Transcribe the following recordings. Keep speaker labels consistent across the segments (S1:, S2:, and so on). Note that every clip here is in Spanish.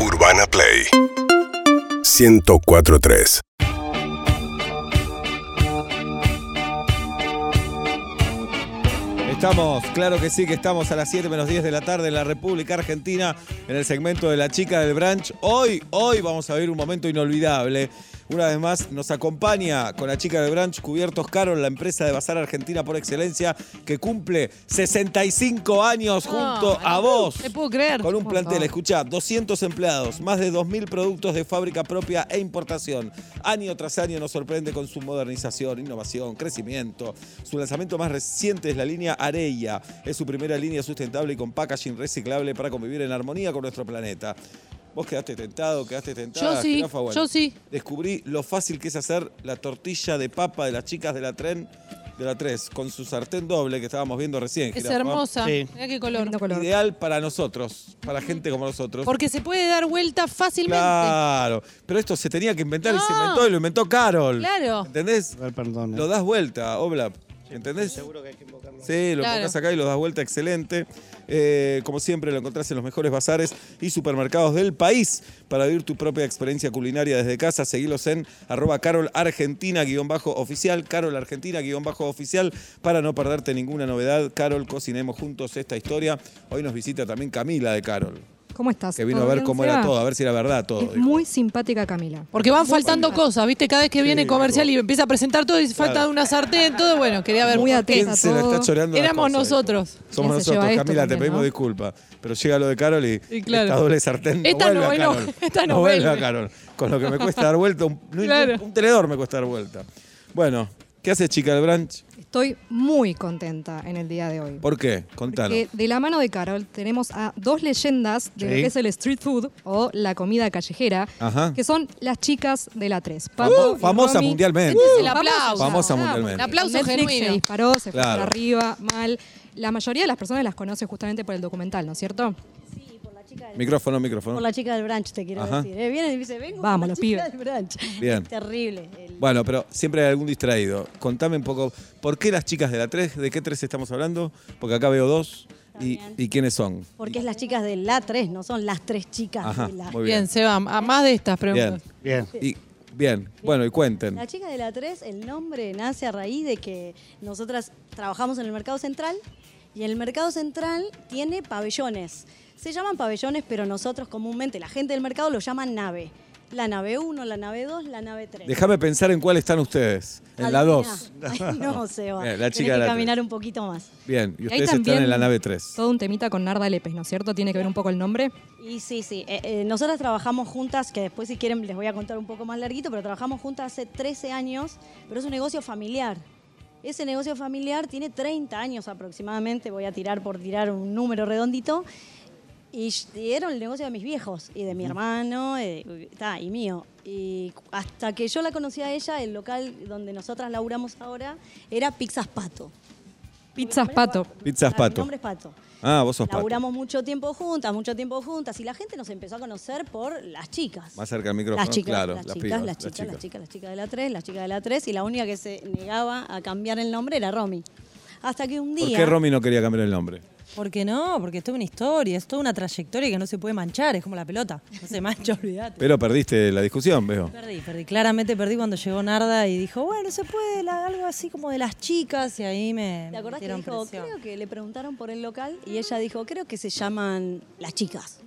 S1: Urbana Play 1043
S2: Estamos, claro que sí, que estamos a las 7 menos 10 de la tarde en la República Argentina, en el segmento de La Chica del Branch. Hoy, hoy vamos a vivir un momento inolvidable. Una vez más, nos acompaña con la Chica del Branch Cubiertos Carol, la empresa de Bazar Argentina por excelencia, que cumple 65 años junto
S3: Ah, No,
S2: a
S3: no
S2: vos.
S3: te puedo creer.
S2: Con un
S3: Por
S2: plantel,
S3: favor.
S2: escuchá, 200 empleados, más de 2.000 productos de fábrica propia e importación. Año tras año nos sorprende con su modernización, innovación, crecimiento. Su lanzamiento más reciente es la línea Areia. Es su primera línea sustentable y con packaging reciclable para convivir en armonía con nuestro planeta. Vos quedaste tentado, quedaste tentada.
S3: Yo sí,
S2: jirafa, bueno.
S3: yo sí.
S2: Descubrí lo fácil que es hacer la tortilla de papa de las chicas de la tren, de la 3, con su sartén doble que estábamos viendo recién.
S3: Es
S2: jirafa.
S3: hermosa.
S4: Sí.
S3: Mirá qué color.
S2: Ideal para nosotros, para gente como nosotros.
S3: Porque se puede dar vuelta fácilmente.
S2: Claro, pero esto se tenía que inventar y se
S3: No.
S2: inventó y lo inventó Carol.
S3: Claro.
S2: ¿Entendés?
S4: Ay, Perdón. eh.
S2: Lo das vuelta, Oblap. ¿Entendés? Seguro que hay que Sí, lo
S3: Claro.
S2: colocás acá y lo das vuelta, excelente. Eh, como siempre, lo encontrás en los mejores bazares y supermercados del país. Para vivir tu propia experiencia culinaria desde casa, seguilos en arroba carolargentina-oficial, carolargentina-oficial, para no perderte ninguna novedad. Carol, cocinemos juntos esta historia. Hoy nos visita también Camila de Carol,
S5: ¿Cómo estás?
S2: que vino a ver cómo era
S5: audiencia?
S2: todo, a ver si era verdad todo.
S5: Es
S2: dijo.
S5: muy simpática Camila.
S3: Porque van faltando cosas, ¿viste? Cada vez que viene comercial y empieza a presentar todo, dice falta
S2: Claro.
S3: una sartén, todo. Bueno, quería ver
S5: Muy
S3: por
S5: atenta.
S2: ¿Quién
S3: qué.
S5: Está
S2: se la está
S5: todo.
S2: choreando? las
S3: Éramos
S2: cosas?
S3: nosotros.
S2: Somos
S5: ¿Quién se
S2: nosotros,
S5: lleva esto
S2: Camila, te
S5: también,
S2: pedimos
S5: no?
S2: disculpas. Pero llega lo de Carol y,
S3: Y claro.
S2: esta doble sartén no
S3: Esta
S2: vuelve
S3: no
S2: a
S3: vuelve,
S2: Carol.
S3: esta no
S2: vuelve a
S3: vuelve.
S2: Carol. Con lo que me cuesta dar vuelta, un, no-
S3: Claro.
S2: un tenedor me cuesta dar vuelta. Bueno, ¿qué hace Chica del Branch?
S5: Estoy muy contenta en el día de hoy.
S2: ¿Por qué? Contanos.
S5: Porque de la mano de Carol tenemos a dos leyendas de lo
S4: Sí.
S5: que es el street food o la comida callejera,
S2: Ajá.
S5: que son las chicas de la 3.
S2: Famo- famosa mundialmente.
S3: Este es el
S2: Uh,
S3: aplauso.
S2: Famosa mundialmente.
S3: El aplauso
S5: Netflix
S3: genuino.
S5: Se disparó, se fue
S2: Claro.
S5: para arriba, mal. La mayoría de las personas las conoce justamente por el documental, ¿no es cierto?
S2: Micrófono, micrófono.
S6: Por la chica del brunch, te quiero
S2: Ajá.
S6: decir. Eh, viene y dice, vengo
S5: Vamos,
S6: por la
S5: los
S6: chica
S5: pibes.
S6: del brunch.
S2: Bien.
S6: Es terrible. El-
S2: Bueno, pero siempre hay algún distraído. Contame un poco, ¿por qué las chicas de la 3? ¿De qué 3 estamos hablando? Porque acá veo dos. ¿Y, y quiénes son?
S6: porque es las chicas de la 3, no son las tres chicas
S2: Ajá,
S6: de la
S2: muy
S3: Bien,
S2: bien.
S3: se va. A más de estas preguntas.
S2: Bien.
S4: Bien.
S2: Y, bien, bueno, y cuenten.
S6: La chica de la 3, el nombre nace a raíz de que nosotras trabajamos en el mercado central y el mercado central tiene pabellones. Se llaman pabellones, pero nosotros comúnmente, la gente del mercado lo llaman nave. La nave 1, la nave 2, la nave 3.
S2: Déjame pensar en cuál están ustedes. En la 2.
S6: No, se va.
S2: Bien, la chica de
S6: que
S2: la
S6: caminar
S2: tres.
S6: un poquito más.
S2: Bien, y
S5: Y ahí
S2: ustedes están
S5: también
S2: en la nave 3.
S5: Todo un temita con Narda Lépez, ¿no es cierto? Tiene que ver un poco el nombre.
S6: Y sí, sí. Eh, eh, nosotras trabajamos juntas, que después si quieren les voy a contar un poco más larguito, pero trabajamos juntas hace 13 años, pero es un negocio familiar. Ese negocio familiar tiene 30 años aproximadamente, voy a tirar por tirar un número redondito, y, sh- y era el negocio de mis viejos, y de mi hermano, eh, ta, y mío. Y cu- hasta que yo la conocí a ella, el local donde nosotras laburamos ahora era Pizzas Pato.
S5: Pizzas Pato.
S2: Pizzas
S6: Ah, mi
S2: Pato.
S6: nombre es Pato.
S2: Ah, vos sos Pato.
S6: Laburamos mucho tiempo juntas, mucho tiempo juntas, y la gente nos empezó a conocer por las chicas.
S2: Más cerca del micrófono,
S6: Las chicas,
S2: claro,
S6: las,
S2: las
S6: chicas,
S2: pibas,
S6: las
S2: las
S6: chicas,
S2: chicas.
S6: las chicas, las chicas de la 3, las chicas de la 3, y la única que se negaba a cambiar el nombre era Romy. Hasta que un día.
S2: ¿Por qué Romy no quería cambiar el nombre?
S7: ¿Por qué no? Porque es toda una historia, es toda una trayectoria que no se puede manchar, es como la pelota. No se mancha, olvídate.
S2: Pero perdiste la discusión, veo.
S7: Perdí, perdí. Claramente perdí cuando llegó Narda y dijo, bueno, se puede la- algo así como de las chicas y ahí me
S6: ¿Te acordás que
S7: metieron
S6: dijo?
S7: presión.
S6: Creo que le preguntaron por el local y ella dijo, creo que se llaman las chicas.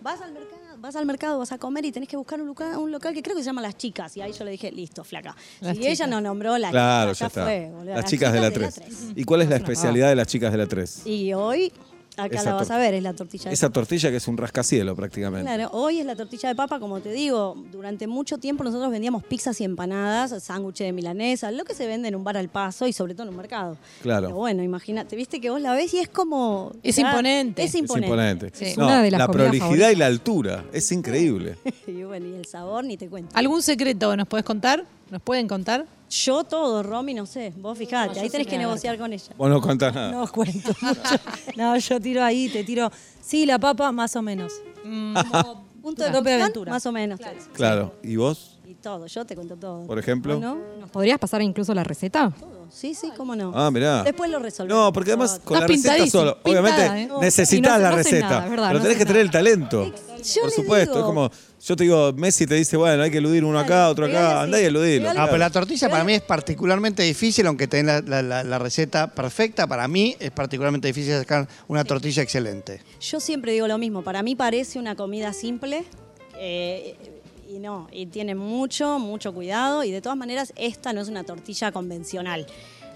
S6: Vas al mercado, vas al mercado, vas a comer y tenés que buscar un lugar, un local que creo que se llama Las Chicas. Y ahí yo le dije, listo, flaca.
S3: Las
S6: y ella nos nombró las
S2: Claro,
S6: chicas,
S2: ya está.
S6: fue, boludo.
S2: Las chicas de la 3. ¿Y cuál es la especialidad de las chicas de la 3?
S6: Y hoy, acá
S2: Esa
S6: la vas
S2: tor-
S6: a ver, es la tortilla de
S2: Esa tortilla que es un rascacielo prácticamente.
S6: Claro, hoy es la tortilla de papa, como te digo, durante mucho tiempo nosotros vendíamos pizzas y empanadas, sándwiches de milanesa, lo que se vende en un bar al paso y sobre todo en un mercado.
S2: Claro.
S6: Pero bueno, imagínate, viste que vos la ves y es como...
S3: Es
S6: ya,
S3: imponente.
S6: Es
S2: Es
S6: imponente.
S2: imponente.
S3: Sí.
S2: No,
S5: Una de las
S2: la
S5: comidas
S2: prolijidad
S5: favoritas.
S2: y la altura. Es increíble.
S6: y bueno, y el sabor ni te cuento.
S3: ¿Algún secreto nos podés contar? ¿Nos pueden contar?
S6: Yo todo, Romy, no sé, vos fijate, ahí tenés que negociar con ella.
S2: Vos no contás nada.
S7: No os cuento mucho. No, yo tiro ahí, te tiro. Sí, la papa, más o menos. Mm, como
S6: Punto de
S7: tope
S6: cocción,
S7: de aventura.
S6: Más o menos.
S2: Claro. ¿Y vos?
S6: Y todo, yo te cuento todo.
S2: Por ejemplo.
S6: ¿No?
S5: ¿Nos podrías pasar incluso la receta?
S6: Sí, sí, cómo no.
S2: Ah, mirá.
S6: Después lo resolvemos.
S2: No, porque además con la
S3: Está
S2: receta
S3: pintadísimo,
S2: solo.
S3: pintada,
S2: Obviamente
S3: ¿eh?
S2: necesitas
S5: Y no-
S2: la
S5: no hacen
S2: receta.
S5: nada, es verdad,
S2: pero
S5: no
S2: tenés que
S5: hacen
S2: tener el talento.
S6: Ex- yo
S2: Por
S6: les
S2: supuesto,
S6: digo.
S2: es como. Yo te digo, Messi te dice, bueno, hay que eludir uno acá,
S6: Claro,
S2: otro
S6: pegale
S2: acá.
S6: así,
S2: Andá y eludilo.
S6: pegale
S1: No, Ah, pero la tortilla para
S6: Claro.
S1: mí es particularmente difícil, aunque tenés la, la- la- la receta perfecta, para mí es particularmente difícil sacar una tortilla excelente.
S6: Yo siempre digo lo mismo, para mí parece una comida simple eh, y no, y tiene mucho, mucho cuidado y de todas maneras esta no es una tortilla convencional.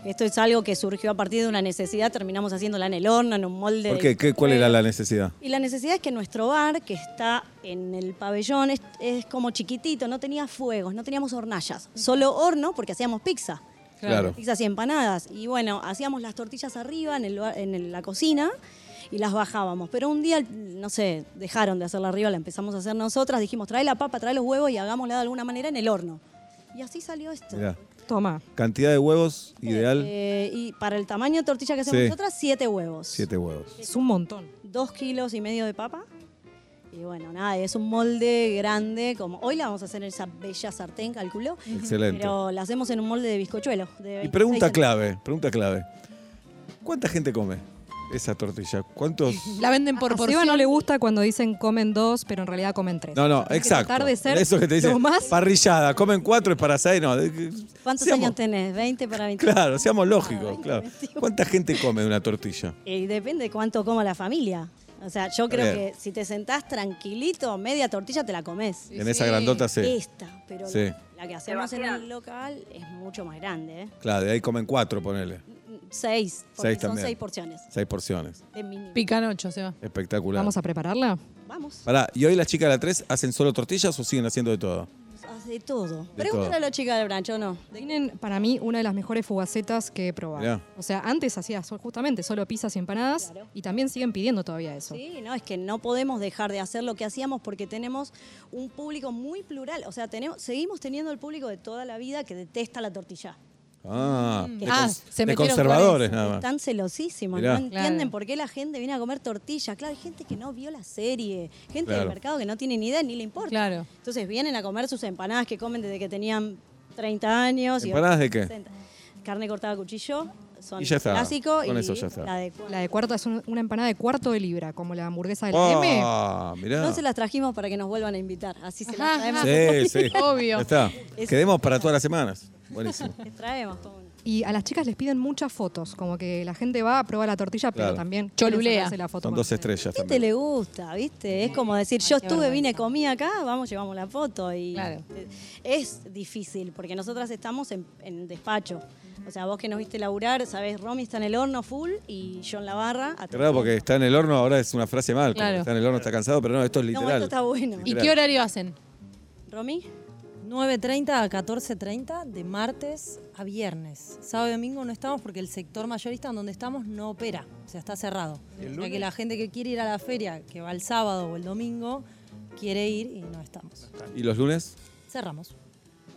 S6: Esto es algo que surgió a partir de una necesidad, terminamos haciéndola en el horno, en un molde.
S2: ¿Por
S6: de
S2: qué? ¿Qué- ¿Cuál era
S6: papel.
S2: la necesidad?
S6: Y la necesidad es que nuestro bar, que está en el pabellón, es, es como chiquitito, no tenía fuegos, no teníamos hornallas, solo horno porque hacíamos pizza.
S2: Claro.
S6: Pizzas y empanadas. Y bueno, hacíamos las tortillas arriba en, el ba- en el- la cocina y las bajábamos. Pero un día, no sé, dejaron de hacerla arriba, la empezamos a hacer nosotras. Dijimos, trae la papa, trae los huevos y hagámosla de alguna manera en el horno. Y así salió esto.
S2: Mirá.
S5: Toma.
S2: Cantidad de huevos ideal,
S6: Eh, y para el tamaño de tortilla que hacemos
S2: Sí.
S6: nosotras, siete huevos.
S2: siete huevos.
S5: Es un montón.
S6: Dos kilos y medio de papa. Y bueno, nada, es un molde grande. como Hoy la vamos a hacer en esa bella sartén, calculo.
S2: Excelente.
S6: Pero la hacemos en un molde de bizcochuelo. de
S2: Y
S6: 26
S2: pregunta
S6: centímetros.
S2: clave, pregunta clave. ¿Cuánta gente come esa tortilla? ¿Cuántos?
S3: La venden por
S5: a
S3: por
S5: Seba no le gusta cuando dicen comen dos, pero en realidad comen tres.
S2: No, no,
S5: Tenés que
S2: exacto.
S5: Tratar de ser
S2: Eso que te dicen,
S5: lo más
S2: parrillada, comen cuatro es para seis, no.
S6: ¿Cuántos
S2: Seamos-
S6: años tenés? ¿20 para 21?
S2: Claro, seamos
S6: Ah,
S2: lógicos,
S6: veinte,
S2: claro.
S6: veintiuno.
S2: ¿Cuánta gente come una tortilla?
S6: Y depende cuánto coma la familia. O sea, yo creo
S2: bien.
S6: que si te sentás tranquilito, media tortilla te la comés.
S2: en esa grandota sí.
S6: Esta, pero
S2: Sí.
S6: la, la que hacemos en el local es mucho más grande. ¿eh?
S2: Claro, de ahí comen cuatro, ponele.
S6: Seis, porque
S2: Seis
S6: son
S2: también.
S6: seis porciones
S2: Seis porciones.
S6: de mínimo.
S3: Pican ocho, Seba.
S2: Espectacular.
S5: ¿Vamos a prepararla?
S6: Vamos,
S2: Pará, ¿y hoy las chicas de la 3 hacen solo tortillas o siguen haciendo de todo?
S6: hace todo. Pregúntale
S2: todo.
S6: a los chicos del brancho, ¿no?
S5: Tienen para mí una de las mejores fugacetas que he probado.
S2: Mirá.
S5: O sea, antes hacía sol- justamente solo pizzas y empanadas
S6: Claro.
S5: y también siguen pidiendo todavía eso.
S6: Sí, no, es que no podemos dejar de hacer lo que hacíamos porque tenemos un público muy plural. O sea, tenemos, seguimos teniendo el público de toda la vida que detesta la tortilla.
S2: Ah, de, cons-
S3: Ah, se
S2: de
S3: metieron con
S2: conservadores
S3: eso.
S2: nada más.
S6: Están celosísimos,
S2: Mirá.
S6: no entienden
S3: Claro.
S6: por qué la gente viene a comer tortilla. Claro, hay gente que no vio la serie, gente
S2: Claro.
S6: del mercado que no tiene ni idea ni le importa.
S3: Claro.
S6: Entonces vienen a comer sus empanadas que comen desde que tenían 30 años. y
S2: ¿Empanadas de qué?
S6: 60. Carne cortada a cuchillo, son
S2: Y ya está,
S6: clásico
S2: con
S6: y
S2: eso ya está.
S6: la de
S5: La de cuarta es un- una empanada de cuarto de libra, como la hamburguesa del M.
S2: Ah, mirá.
S6: No se las trajimos para que nos vuelvan a invitar, así se
S3: Ajá,
S6: las traemos.
S2: Sí, sí.
S3: Obvio.
S2: Ya está.
S6: Es-
S2: Quedemos para todas las semanas. Buenísimo.
S6: Les traemos. cómo no.
S5: Y a las chicas les piden muchas fotos, como que la gente va a probar la tortilla,
S2: Claro.
S5: pero también
S3: Cholulea.
S5: hace la foto.
S2: Son
S5: más
S2: dos
S5: o menos.
S2: estrellas
S6: ¿Qué te
S2: también.
S6: le gusta, viste? Es como decir, yo estuve, vine, comí acá, vamos, llevamos la foto. Y
S3: Claro.
S6: es difícil, porque nosotras estamos en, en despacho. O sea, vos que nos viste laburar, sabés, Romy está en el horno full y yo en la barra.
S2: Qué raro porque está en el horno, ahora es una frase mal. como
S3: Claro.
S2: Está en el horno, está cansado, pero no, esto es
S6: No,
S2: literal.
S6: esto está bueno.
S3: ¿Y
S2: Literal.
S3: qué horario hacen?
S6: ¿Romy?
S7: 9.30 a 14.30 de martes a viernes. Sábado y domingo no estamos porque el sector mayorista en donde estamos no opera, o sea, está cerrado.
S1: el
S7: O sea,
S1: lunes?
S7: que la gente que quiere ir a la feria, que va el sábado o el domingo, quiere ir y no estamos.
S2: ¿Y los lunes?
S7: Cerramos.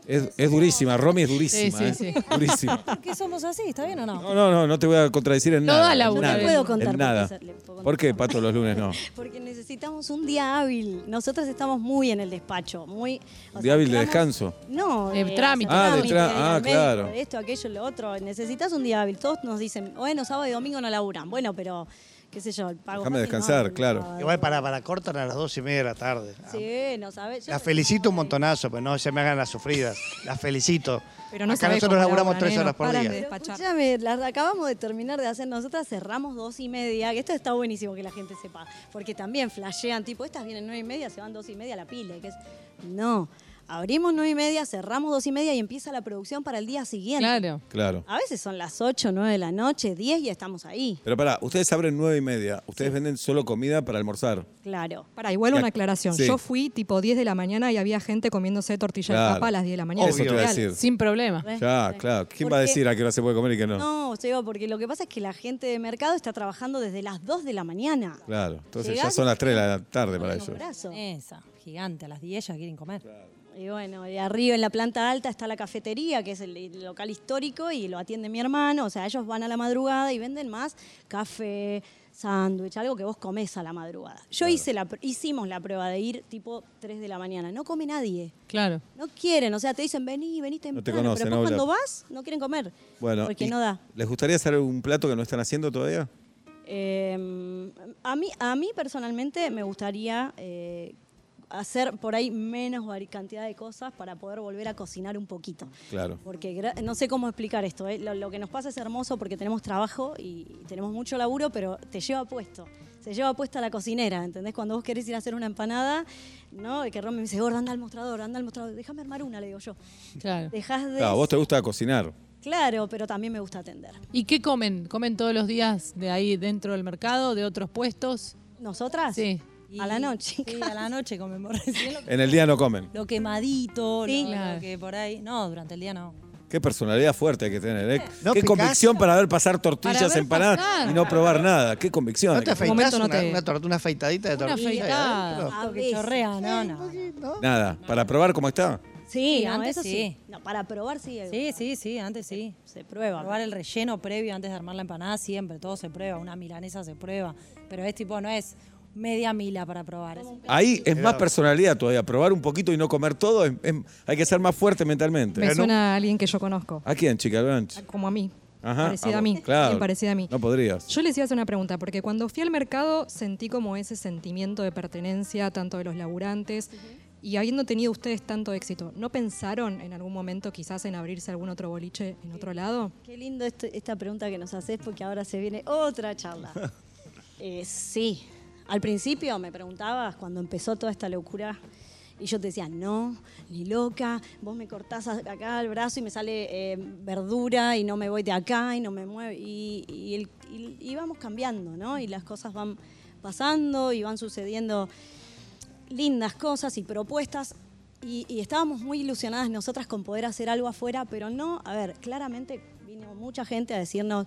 S2: Es, es durísima, Romy es durísima.
S3: Sí,
S2: ¿eh?
S3: sí,
S2: Durísima.
S7: ¿Por
S1: Ah.
S7: qué somos así? ¿Está bien o no?
S2: No, no, no, no te voy a contradecir en
S3: No
S2: nada.
S3: da la
S2: en
S3: una
S2: nada,
S3: vez.
S6: Puedo contar,
S2: en nada.
S6: porque se- le puedo contar.
S2: ¿Por qué, Pato, los lunes no?
S6: Porque necesitamos un día hábil. Nosotros estamos muy en el despacho, muy... o
S2: Un
S6: sea,
S2: día hábil de
S6: entramos-
S2: descanso.
S6: No,
S3: De
S6: eh,
S3: trámite.
S2: Ah, de
S6: trámite,
S2: tra-
S6: ir al
S2: ah,
S6: médico,
S2: claro.
S6: de Esto, aquello, lo otro. Necesitas un día hábil. Todos nos dicen, bueno, sábado y domingo no laburan. Bueno, pero, qué sé yo, el pago.
S2: Déjame
S6: fácil,
S2: descansar,
S6: no,
S2: claro.
S6: no,
S1: Igual para, para cortan a las dos y media de la tarde.
S6: Ah. Sí, no sabes. yo
S1: Las
S6: sé-
S1: felicito un montonazo, pero no se me hagan las sufridas. Las felicito.
S5: Pero no
S1: Acá
S5: sabés
S1: nosotros
S5: cómo
S1: laburamos
S5: laburan,
S1: tres
S5: ¿eh? No
S1: horas por
S5: paran
S1: día.
S5: de-
S6: Pero
S5: despachar.
S6: Escúchame, las acabamos de terminar de hacer nosotras, cerramos dos y media, que esto está buenísimo que la gente sepa, porque también flashean, tipo, estas vienen nueve y media, se van dos y media a la pile, que es, no, abrimos nueve y media, cerramos dos y media y empieza la producción para el día siguiente.
S3: Claro.
S2: Claro.
S6: A veces son las 8, 9 de la noche, 10 y estamos ahí.
S2: Pero pará, ustedes abren nueve y media. Ustedes venden solo comida para almorzar.
S6: Claro.
S5: Para, igual
S2: Ya-
S5: una aclaración.
S2: sí.
S5: Yo fui tipo 10 de la mañana y había gente comiéndose tortilla
S2: Claro.
S5: de papa a las 10 de la mañana.
S1: Obvio.
S2: Eso te iba a
S5: Real.
S2: decir.
S3: Sin problema.
S2: Ya, claro. ¿Quién
S6: Porque-
S2: va a decir a qué hora se puede comer y qué no?
S6: No, Seba, porque lo que pasa es que la gente de mercado está trabajando desde las 2 de la mañana.
S2: Claro. Entonces
S6: Llegás
S2: ya
S6: y
S2: son las
S6: te
S2: 3 de la tarde
S6: ponen
S2: para
S6: un
S2: ellos.
S6: brazo.
S7: Esa, gigante, a las 10 ya quieren comer.
S6: Y bueno, y arriba en la planta alta está la cafetería, que es el- el local histórico, y lo atiende mi hermano. O sea, ellos van a la madrugada y venden más café, sándwich, algo que vos comés a la madrugada. Yo hice la, pr- hicimos la prueba de ir tipo 3 de la mañana. No come nadie.
S3: Claro.
S6: No quieren, o sea, te dicen vení, vení temprano,
S2: te conocen,
S6: pero después
S2: no,
S6: cuando
S2: la-
S6: vas no quieren comer.
S2: Bueno,
S6: porque
S2: ¿y
S6: no da.
S2: ¿Les gustaría hacer algún plato que no están haciendo todavía?
S6: Eh, a, mí, a mí personalmente me gustaría eh, hacer por ahí menos vari- cantidad de cosas para poder volver a cocinar un poquito.
S2: Claro.
S6: Porque gra- no sé cómo explicar esto. ¿eh? Lo, lo que nos pasa es hermoso porque tenemos trabajo y tenemos mucho laburo, pero te lleva puesto. Se lleva puesta la cocinera, ¿entendés? Cuando vos querés ir a hacer una empanada, ¿no? Y que Ron me dice, gorda, anda al mostrador, anda al mostrador. Déjame armar una, le digo yo.
S3: Claro.
S6: Dejás de...
S2: Claro, vos te gusta cocinar.
S6: Claro, pero también me gusta atender.
S3: ¿Y qué comen? ¿Comen todos los días de ahí dentro del mercado, de otros puestos?
S6: ¿Nosotras?
S3: Sí.
S6: A la noche.
S7: Sí, a la noche comemos recién lo,
S2: En el día no comen.
S7: lo quemadito,
S6: Sí.
S7: lo, lo
S3: Claro.
S7: que por ahí. No, durante el día no.
S2: Qué personalidad fuerte hay que tener, ¿eh?
S1: No
S2: Qué
S1: picás.
S2: convicción para ver pasar tortillas
S3: Para ver
S2: empanadas
S3: pasar.
S2: y no probar nada. Qué convicción.
S1: ¿No te
S2: hay que-
S1: afeitas
S3: momento no
S1: una,
S3: te-
S1: una tor- una afeitadita de
S3: Una
S1: tortilla? ahí
S3: afeitada.
S1: adentro?
S6: A
S7: Lo que
S6: veces.
S7: chorrea, no, no.
S2: Nada, para probar cómo está.
S6: Sí,
S7: Sí,
S6: no,
S7: antes
S6: eso sí.
S7: sí.
S6: No, para probar sí.
S7: Sí, sí, sí, antes sí.
S6: Se prueba.
S7: Probar el relleno previo antes de armar la empanada siempre, todo se prueba, una milanesa se prueba, pero es tipo, no es media mila para probar. es-
S2: Ahí es más personalidad todavía. Probar un poquito y no comer todo, es- es- hay que ser más fuerte mentalmente.
S5: Me suena a alguien que yo conozco,
S2: ¿A quién, chica Blanche?
S5: como a mí.
S2: Ajá,
S5: parecida a
S2: vos.
S5: mí.
S2: Claro.
S5: bien parecida a mí.
S2: No podrías.
S5: Yo les iba a hacer una pregunta, porque cuando fui al mercado sentí como ese sentimiento de pertenencia, tanto de los laburantes, y habiendo tenido ustedes tanto éxito, ¿no pensaron en algún momento quizás en abrirse algún otro boliche en otro lado?
S6: Qué lindo esto- esta pregunta que nos haces porque ahora se viene otra charla. Eh, sí, al principio me preguntabas cuando empezó toda esta locura y yo te decía, no, ni loca, vos me cortás a- acá el brazo y me sale eh, verdura y no me voy de acá y no me mueve. Y, y el- y- y vamos cambiando, ¿no? Y las cosas van pasando y van sucediendo lindas cosas y propuestas. Y, y estábamos muy ilusionadas nosotras con poder hacer algo afuera, pero no, a ver, claramente vino mucha gente a decirnos,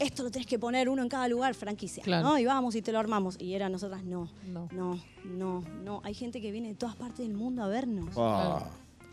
S6: esto lo tenés que poner uno en cada lugar, franquicia,
S3: Claro.
S6: ¿no? Y vamos y te lo armamos. Y era nosotras, no,
S3: No.
S6: no, no, no, Hay gente que viene de todas partes del mundo a vernos.
S2: Ah,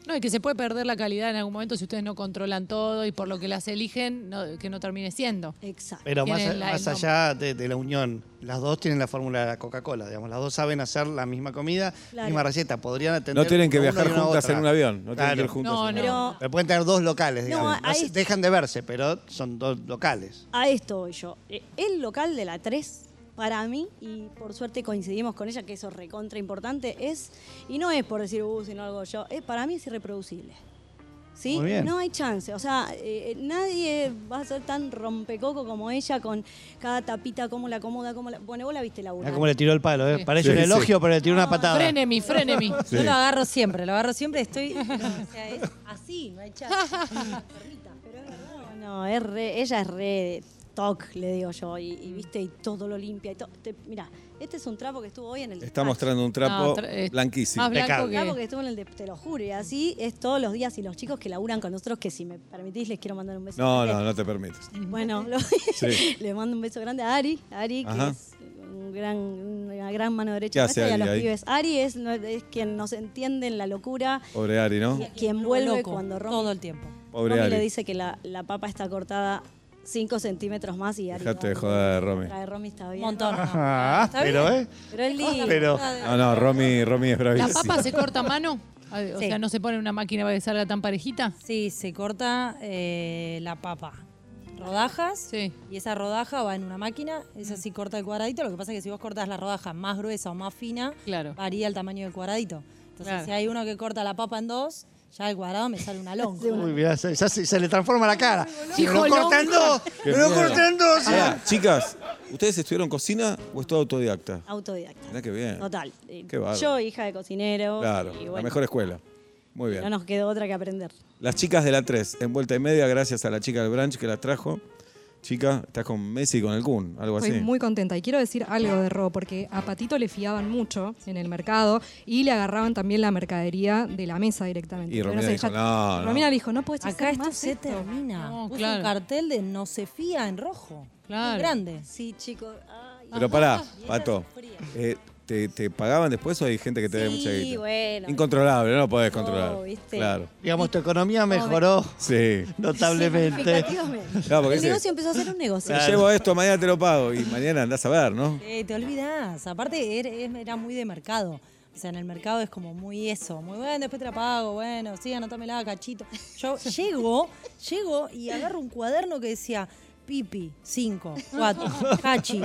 S3: No, y que se puede perder la calidad en algún momento si ustedes no controlan todo y por lo que las eligen, no- que no termine siendo.
S6: Exacto.
S1: Pero más,
S3: Tienen la-
S1: más
S3: el
S1: allá de, de la unión, las dos tienen la fórmula de la Coca-Cola, digamos, las dos saben hacer la misma comida,
S6: Claro.
S1: misma receta, podrían atender.
S2: No tienen que
S1: una
S2: viajar
S1: y una
S2: juntas
S1: otra.
S2: en un avión. No tienen
S1: Claro.
S2: que ir juntas.
S3: No,
S2: en un
S3: no.
S2: avión.
S6: Pero
S1: Pero pueden tener dos locales, digamos. No
S6: ahí-
S1: se- dejan de verse, pero son dos locales.
S6: A esto voy yo. Eh, El local de la 3, para mí, y por suerte coincidimos con ella, que eso es recontra importante, es, y no es por decir, uh, si no algo yo, es, para mí es irreproducible. ¿Sí?
S1: Muy bien.
S6: No hay chance. O sea, eh, eh, nadie va a ser tan rompecoco como ella con cada tapita, cómo la acomoda, cómo la. Bueno, vos la viste la
S1: Mira cómo le tiró el palo, ¿eh? Parece
S2: Sí,
S1: un
S2: sí.
S1: elogio, pero le tiró una patada.
S3: Frenemy, frenemy.
S7: Yo lo agarro siempre, lo agarro siempre, estoy. no, o sea, es así, no hay chance.
S6: No, no, es re- ella es re toc, le digo yo, y, y viste, y todo lo limpia. Y to- te- Mirá, este es un trapo que estuvo hoy en el.
S2: Está
S6: despacho.
S2: mostrando un
S3: No,
S2: trapo
S3: tra- eh,
S2: blanquísimo.
S3: Más blanco
S1: Impecable.
S3: que...
S6: Acá porque estuvo en el de, te lo juro, y así es todos los días y los chicos que laburan con nosotros, que si me permitís les quiero mandar un beso.
S2: No, no,
S6: grande.
S2: no te permites.
S6: Bueno, lo-
S2: Sí.
S6: le mando un beso grande a Ari, a Ari que
S2: Ajá.
S6: es un gran, una gran mano
S2: ¿Qué
S6: derecha
S2: hace
S6: nuestra y a
S2: Ari
S6: los
S2: ahí?
S6: pibes. Ari es, no- es quien nos entiende en la locura,
S2: Pobre Ari, ¿no?
S6: quien
S7: Lo
S6: vuelve
S7: loco,
S6: cuando
S7: Todo
S6: Romy,
S7: el tiempo.
S2: Pobre
S6: Romy
S2: Ari.
S6: le dice que la, la papa está cortada 5 centímetros más y Ari...
S2: Dejate
S6: no,
S2: de joder, Romy.
S6: La de Romy está
S7: Un
S6: bien.
S7: montón.
S1: Ah,
S7: Está
S1: pero,
S7: bien.
S1: ¿eh?
S6: Pero es lindo.
S1: Pero.
S2: No, Ah, no, Romy, Romy es
S3: ¿La
S2: bravísima.
S3: papa se corta a mano? A ver, O
S7: Sí.
S3: sea, ¿no se pone una máquina para que salga tan parejita?
S7: Sí, se corta eh, la papa. Rodajas.
S3: Sí. Mm.
S7: Y esa rodaja va en una máquina. Esa sí corta el cuadradito. Lo que pasa es que si vos cortás la rodaja más gruesa o más fina,
S3: Claro.
S7: varía el tamaño del cuadradito. Entonces,
S3: Claro.
S7: si hay uno que corta la papa en dos, ya el cuadrado me sale una lonja.
S1: Uy, mirá, se- ya se, se le transforma la cara. Si me lo
S3: Hijo, no.
S1: cortan dos,
S2: Qué
S1: me lo
S2: miedo.
S1: cortan dos.
S2: Pará, chicas, ¿ustedes estuvieron cocina o es todo autodidacta?
S3: Ah.
S6: Autodidacta.
S2: Mirá qué bien.
S6: Total. Eh,
S2: Qué bárbaro.
S6: Yo, hija de cocinero.
S2: Claro,
S6: y
S2: la
S6: bueno,
S2: mejor escuela. Muy
S6: No
S2: bien.
S6: nos quedó otra que aprender.
S2: Las chicas de la 3, en vuelta y media, gracias a la chica del branch que las trajo. Chica, estás con Messi y con el Kun, algo así.
S5: Estoy muy contenta y quiero decir algo de Ro, porque a Patito le fiaban mucho en el mercado y le agarraban también la mercadería de la mesa directamente.
S2: Y
S5: Pero
S2: Romina
S5: se
S2: dijo,
S5: deja-
S2: "No, no".
S5: Romina le dijo, no puedes
S7: Acá
S5: hacer
S7: esto
S5: más
S7: se
S5: esto".
S7: termina.
S3: No,
S7: Puso
S3: claro.
S7: un cartel de no se fía en rojo.
S3: Claro.
S7: Muy grande.
S6: Sí, chicos.
S2: Pero pará, Pato. eh, te, te pagaban después o hay gente que te da
S6: Sí,
S2: mucha guita?
S6: bueno.
S2: Incontrolable, no lo podés controlar.
S6: No, ¿viste?
S2: Claro.
S1: Digamos, tu economía mejoró
S2: Sí.
S1: notablemente.
S6: Significativamente.
S2: Claro, porque
S6: el
S2: dice,
S6: negocio empezó a ser un negocio.
S2: te llevo esto, mañana te lo pago. Y mañana andás a ver, ¿no?
S7: Eh, te olvidás. Aparte, er- es- era muy de mercado. O sea, en el mercado es como muy eso. Muy bueno, después te la pago. Bueno, sí, la cachito. Yo llego, llego y agarro un cuaderno que decía... Pipi, 5, 4, Hachi,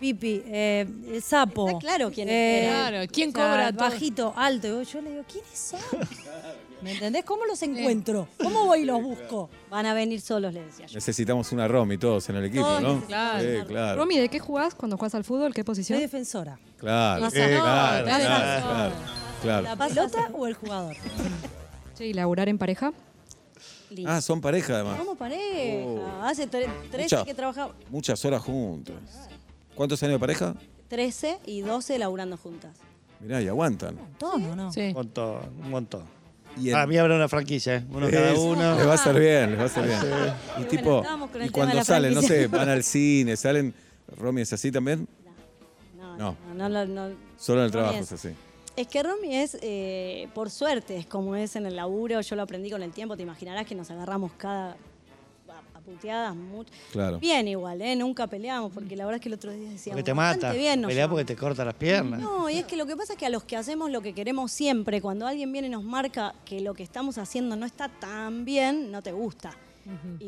S7: Pipi, eh, el sapo. eh,
S6: Está claro quién es.
S3: Claro, ¿quién cobra todo?
S7: Bajito, alto. Y yo le digo, ¿quiénes son? ¿Me entendés? ¿Cómo los encuentro? ¿Cómo voy y los busco?
S6: Van a venir solos, le decía yo.
S2: Necesitamos una Romy todos en el equipo,
S7: Todos
S2: ¿no?
S7: necesitamos
S2: Sí,
S7: una
S2: claro.
S5: Romy, ¿de qué jugás cuando jugás al fútbol? ¿Qué
S7: Soy
S5: posición?
S7: defensora.
S2: Claro.
S3: Vas
S2: Sí,
S3: a- no,
S2: claro,
S3: vas a-
S2: claro, claro, claro.
S7: ¿La pelota o el jugador?
S5: Che, ¿y laburar en pareja?
S6: Lindo.
S2: Ah, son pareja además.
S6: Somos pareja.
S2: Oh.
S6: Hace tre- 13
S2: Mucha.
S6: que trabajamos.
S2: Muchas horas juntos. ¿Cuántos años de pareja?
S6: 13 y 12 laburando juntas.
S2: Mirá, y aguantan.
S7: Todo, ¿o ¿no?
S1: Un
S3: Sí.
S1: montón, un montón.
S2: Y el-
S1: Para mí habrá una franquicia, ¿eh? uno cada
S2: Es-
S1: uno.
S2: Les va a ser bien, les va a ser bien. Y
S6: Bueno,
S2: tipo,
S6: estábamos con
S2: y
S6: el tema de
S2: cuando
S6: la
S2: salen, no sé,
S6: franquicia.
S2: van al cine, salen. Romy es así también,
S6: No,
S2: No.
S6: no, no. no, no.
S2: solo en el
S6: Romy
S2: trabajo
S6: es-
S2: es así.
S6: Es que Romy es, eh, por suerte, es como es en el laburo. Yo lo aprendí con el tiempo. Te imaginarás que nos agarramos cada a- a puteadas mucho.
S2: Claro.
S6: Bien igual, ¿eh? Nunca peleamos, porque la verdad es que el otro día decíamos.
S1: Porque te
S6: bastante
S1: mata.
S6: Bien nos
S1: Peleá
S6: llevamos.
S1: porque te corta las piernas.
S6: No, y es que lo que pasa es que a los que hacemos lo que queremos siempre, cuando alguien viene y nos marca que lo que estamos haciendo no está tan bien, no te gusta. y,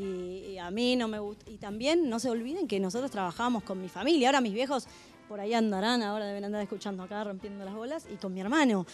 S6: y a mí no me gusta. Y también no se olviden que nosotros trabajábamos con mi familia. Ahora mis viejos por ahí andarán, ahora deben andar escuchando acá, rompiendo las bolas, y con mi hermano.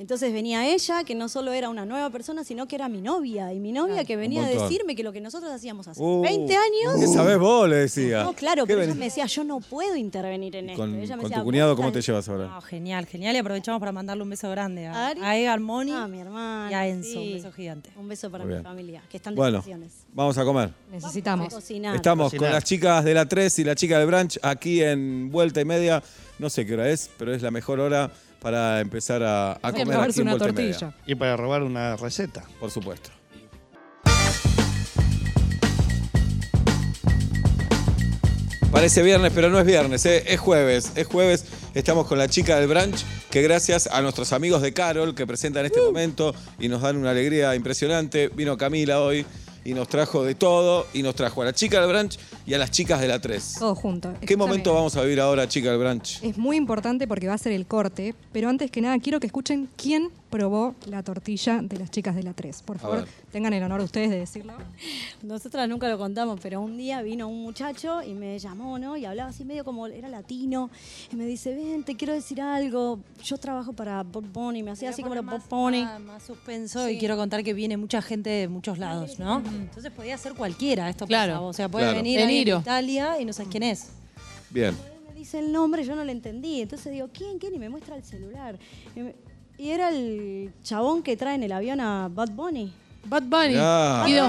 S6: Entonces venía ella, que no solo era una nueva persona, sino que era mi novia. Y mi novia que venía a
S2: montón.
S6: decirme que lo que nosotros hacíamos hace
S2: Uh,
S6: 20 años.
S2: ¿Qué sabés vos? Le decía.
S6: No, claro,
S2: ¿Qué
S6: pero ella
S2: venís?
S6: me decía, yo no puedo intervenir en esto.
S2: Con,
S6: Ella me
S2: con
S6: decía,
S2: tu cuñado,
S6: "Vos
S2: ¿cómo te
S6: estás
S2: llevas ahora?
S7: No, Ah, genial, genial. Y aprovechamos para mandarle un beso grande a,
S6: ¿A Ari?
S7: a Edgar Moni
S6: Ah, mi hermano.
S7: y a Enzo.
S6: sí.
S7: Un beso gigante.
S6: Un beso para
S2: Muy
S6: mi
S2: bien.
S6: familia, que están de
S2: Bueno,
S6: vacaciones.
S2: vamos a comer.
S5: Necesitamos.
S6: Cocinar.
S2: Estamos
S1: cocinar.
S2: con las chicas de la 3 y la chica del branch aquí en vuelta y media. No sé qué hora es, pero es la mejor hora para empezar a, a
S5: Voy a
S2: comer aquí
S5: probarse
S2: en
S5: una
S2: vuelta y
S5: tortilla.
S2: media.
S1: Y para robar una receta.
S2: Por supuesto. Parece viernes, pero no es viernes, ¿eh? es jueves. Es jueves, estamos con la chica del branch, que gracias a nuestros amigos de Carol, que presentan este momento y nos dan una alegría impresionante. Vino Camila hoy y nos trajo de todo, y nos trajo a la chica del branch y a las chicas de la 3.
S5: Todo junto.
S2: ¿Qué
S5: Oh, Escúchame. Eh,
S2: momento vamos a vivir ahora, chica del branch?
S5: Es muy importante porque va a ser el corte, pero antes que nada quiero que escuchen quién probó la tortilla de las chicas de la 3. Por favor,
S2: ver.
S5: tengan el honor ustedes de decirlo.
S6: Nosotras nunca lo contamos, pero un día vino un muchacho y me llamó, ¿no? Y hablaba así medio como era latino. Y me dice, ven, te quiero decir algo. Yo trabajo para Bob Bunny. Me hacía así como los Bob Bunny.
S7: Más, más suspenso y quiero contar que viene mucha gente de muchos lados, ¿no? Entonces podía ser cualquiera esto
S3: Claro.
S7: pasaba. O sea, puede
S2: Claro.
S7: venir
S3: De
S7: alguien Mm. de
S3: Niro.
S7: Italia y no sabes quién es.
S2: Bien.
S6: Él me dice el nombre, yo no lo entendí. Entonces digo, ¿quién, quién? Y me muestra el celular. Y, me- y era el chabón que trae en el avión a Bad Bunny.
S3: Bad Bunny.
S2: Mirá.
S3: Guido.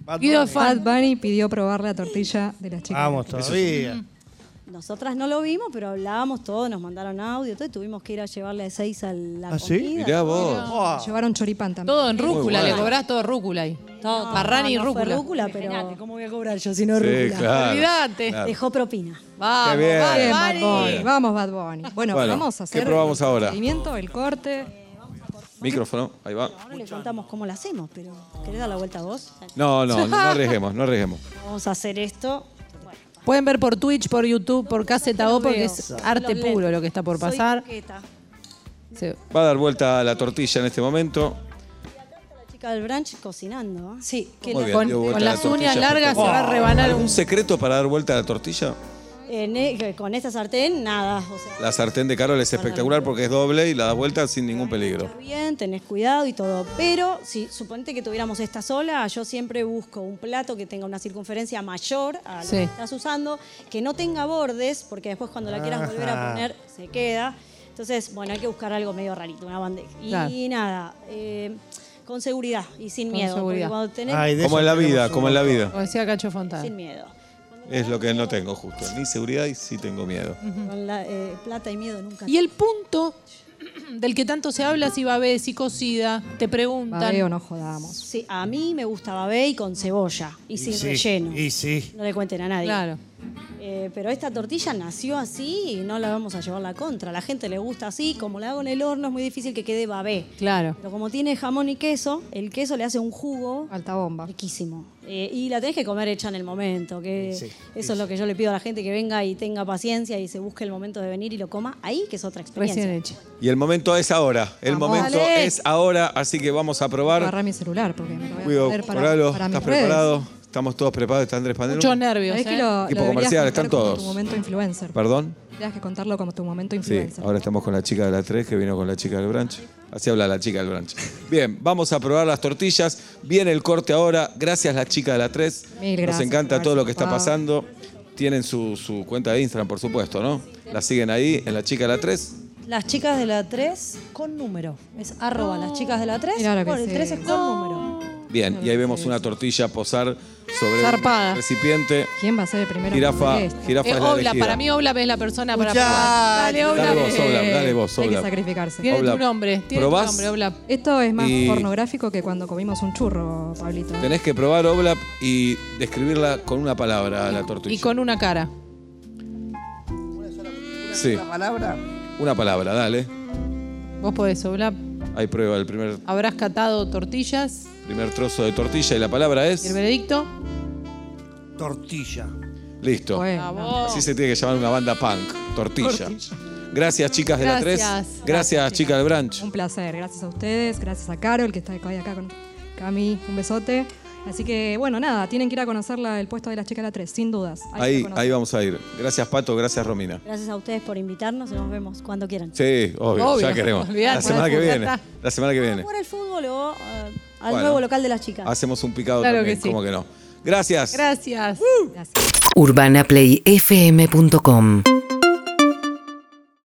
S1: Bad
S3: Guido
S1: Bunny.
S3: es
S5: Bad
S3: fan.
S5: Bunny pidió probar la tortilla de las chicas.
S1: Vamos todavía.
S6: Nosotras no lo vimos, pero hablábamos todo, nos mandaron audio, todo, y tuvimos que ir a llevarle a seis a la
S1: ¿Ah, sí?
S6: comida.
S2: Mirá vos.
S1: Oh,
S5: Llevaron choripán también.
S3: Todo en rúcula,
S2: bueno.
S3: le cobrás todo rúcula ahí.
S7: Todo,
S6: No,
S3: Parrani y
S6: no fue
S3: rúcula.
S6: rúcula,
S7: Imagínate,
S6: pero
S7: ¿cómo voy a cobrar yo si no
S2: Sí,
S7: rubla?
S2: claro.
S3: Olvídate.
S2: Claro.
S6: dejó propina.
S3: Vamos,
S2: Qué bien.
S3: Bad
S5: Bien, Bad
S3: Bunny.
S5: Bunny. Vamos, Bad Bunny. Bueno,
S2: Bueno,
S5: vamos a
S2: ¿qué
S5: hacer
S2: probamos
S5: el
S2: ahora?
S5: procedimiento, el corte.
S2: Micrófono, ahí va.
S6: Ahora le contamos cómo lo hacemos, pero ¿querés dar la vuelta a vos?
S2: No, no, no arriesguemos, no arriesguemos.
S6: Vamos a hacer esto.
S3: Pueden ver por Twitch, por YouTube, por KZO, porque es arte
S6: Los
S3: puro
S6: lentes.
S3: lo que está por
S6: Soy
S3: pasar.
S6: coqueta.
S3: Se-
S2: Va a dar vuelta la tortilla en este momento.
S6: La chica del brunch cocinando. ¿eh?
S7: Sí, que
S2: Muy
S7: la-
S2: bien,
S3: con
S2: dio vuelta
S3: con
S2: la
S3: las uñas
S2: tortilla.
S3: largas se va a rebanar
S2: ¿Un
S3: un...
S2: secreto para dar vuelta a la tortilla?
S6: En e- con esta sartén, nada. O sea,
S2: La sartén de Carol es espectacular porque es doble y la da vuelta sin ningún peligro.
S6: Está bien, tenés cuidado y todo. Pero si suponete que tuviéramos esta sola, yo siempre busco un plato que tenga una circunferencia mayor a la
S3: Sí.
S6: que estás usando, que no tenga bordes, porque después cuando la quieras volver a
S1: Ajá.
S6: poner se queda. Entonces, bueno, hay que buscar algo medio rarito, una bandeja. Y
S3: Claro.
S6: nada, eh, con seguridad y sin
S3: Con
S6: miedo. porque
S3: seguridad.
S6: cuando tenés-
S1: Ay, de
S2: Como
S1: eso
S2: en la vida,
S1: tenemos
S2: como
S1: un
S2: en la
S1: montón.
S2: vida.
S3: Como decía Cacho Fontana.
S6: sin miedo.
S2: Es lo que no tengo justo. Ni seguridad y sí tengo miedo.
S6: Con la, eh, plata y miedo nunca.
S3: Y el punto del que tanto se habla, si babé, si cocida, te preguntan.
S5: Babeo, no jodamos.
S6: Sí, a mí me gusta babé y con cebolla y, sin
S1: sí,
S6: relleno.
S1: Y sí.
S6: No le cuenten a nadie.
S3: Claro.
S6: Eh, Eh, pero esta tortilla nació así y no la vamos a llevar la contra. La gente le gusta así, como la hago en el horno es muy difícil que quede babé.
S3: Claro.
S6: Pero como tiene jamón y queso, el queso le hace un jugo
S5: Alta bomba.
S6: riquísimo. Eh, y la tenés que comer hecha en el momento, que
S1: Sí,
S6: eso es lo que yo le pido a la gente que venga y tenga paciencia y se busque el momento de venir y lo coma ahí, que es otra experiencia.
S3: Recién hecho.
S2: Y el momento es ahora. El
S5: Vamos.
S2: momento
S6: Dale.
S2: es ahora, así que vamos a probar.
S5: Agarrar mi celular porque me lo voy a
S2: Cuido,
S5: poner para,
S2: Coralo,
S5: para mis
S2: ¿estás
S5: redes.
S2: preparado? Estamos todos preparados, está Andrés Pandero.
S3: Muchos nervios.
S5: Sabés que
S3: ¿eh?
S5: lo- lo
S2: Tipo
S5: deberías
S2: comercial,
S5: contar
S2: están
S5: como
S2: todos.
S5: Tu momento influencer.
S2: ¿Perdón?
S5: Tienes que contarlo como tu momento
S2: Sí,
S5: influencer.
S2: ahora estamos con la chica de la 3 que vino con la chica del branch. Así habla la chica del branch. Bien, vamos a probar las tortillas. Viene el corte ahora. Gracias la chica de la 3.
S5: Mil
S2: Nos
S5: gracias,
S2: encanta todo lo que está
S5: papá.
S2: pasando. Tienen su, su cuenta de Instagram, por supuesto, ¿no? La siguen ahí en la chica de la 3.
S7: Las chicas de la 3 con número. Es arroba las chicas de la 3.
S5: Mirá lo que
S7: Bueno, el
S5: sé.
S7: 3 es con número.
S2: Bien, y ahí vemos una tortilla posar sobre
S3: Zarpada.
S2: el recipiente.
S5: ¿Quién va a ser el primero? en
S2: Jirafa,
S5: comer esto?
S2: jirafa
S3: Eh,
S2: es la
S3: Oblap,
S2: elegida.
S3: para mí Oblap es la persona para
S1: Escuchá.
S3: probar. Dale, Oblap.
S2: Dale vos, Oblap, dale vos,
S5: Hay que
S2: Oblap.
S5: sacrificarse.
S3: Tiene
S2: Oblap.
S3: tu nombre, tiene
S2: ¿Probás?
S3: tu nombre, Oblap.
S5: Esto es más
S2: Y-
S5: pornográfico que cuando comimos un churro, Pablito. ¿eh?
S2: Tenés que probar Oblap y describirla con una palabra a la tortilla.
S3: Y con una cara.
S2: Sí,
S1: Una palabra.
S2: una palabra, dale.
S3: Vos podés, Oblap.
S2: Ahí prueba el primer,
S3: Habrás catado tortillas.
S2: primer trozo de tortilla y la palabra
S3: ¿Y el
S2: es...
S3: veredicto?
S1: Tortilla.
S2: Listo.
S5: Bueno.
S3: Bravo.
S2: Así se tiene que llamar una banda punk, tortilla. Gracias, chicas de la 3.
S3: Gracias.
S2: Gracias, chicas del branch.
S5: Un placer, gracias a ustedes, gracias a Carol que está hoy acá con Cami, un besote. Así que bueno, nada, tienen que ir a conocer la- el puesto de las chicas de la 3, sin dudas. Hay que ir a
S2: Ahí,
S5: conocer.
S2: ahí vamos a ir. Gracias, Pato. Gracias, Romina.
S6: Gracias a ustedes por invitarnos y nos vemos cuando quieran.
S2: Sí, obvio,
S3: Obvio,
S2: ya queremos.
S3: olvidate.
S2: la semana que
S3: Ya
S2: viene.
S3: está. Ah,
S2: La semana que viene.
S6: Por el fútbol o eh, al
S2: Bueno.
S6: nuevo local de las chicas.
S2: Hacemos un picado
S3: Claro
S2: también,
S3: que sí.
S2: como que no. Gracias.
S3: Gracias.
S5: Gracias.
S4: urbanaplayfm.com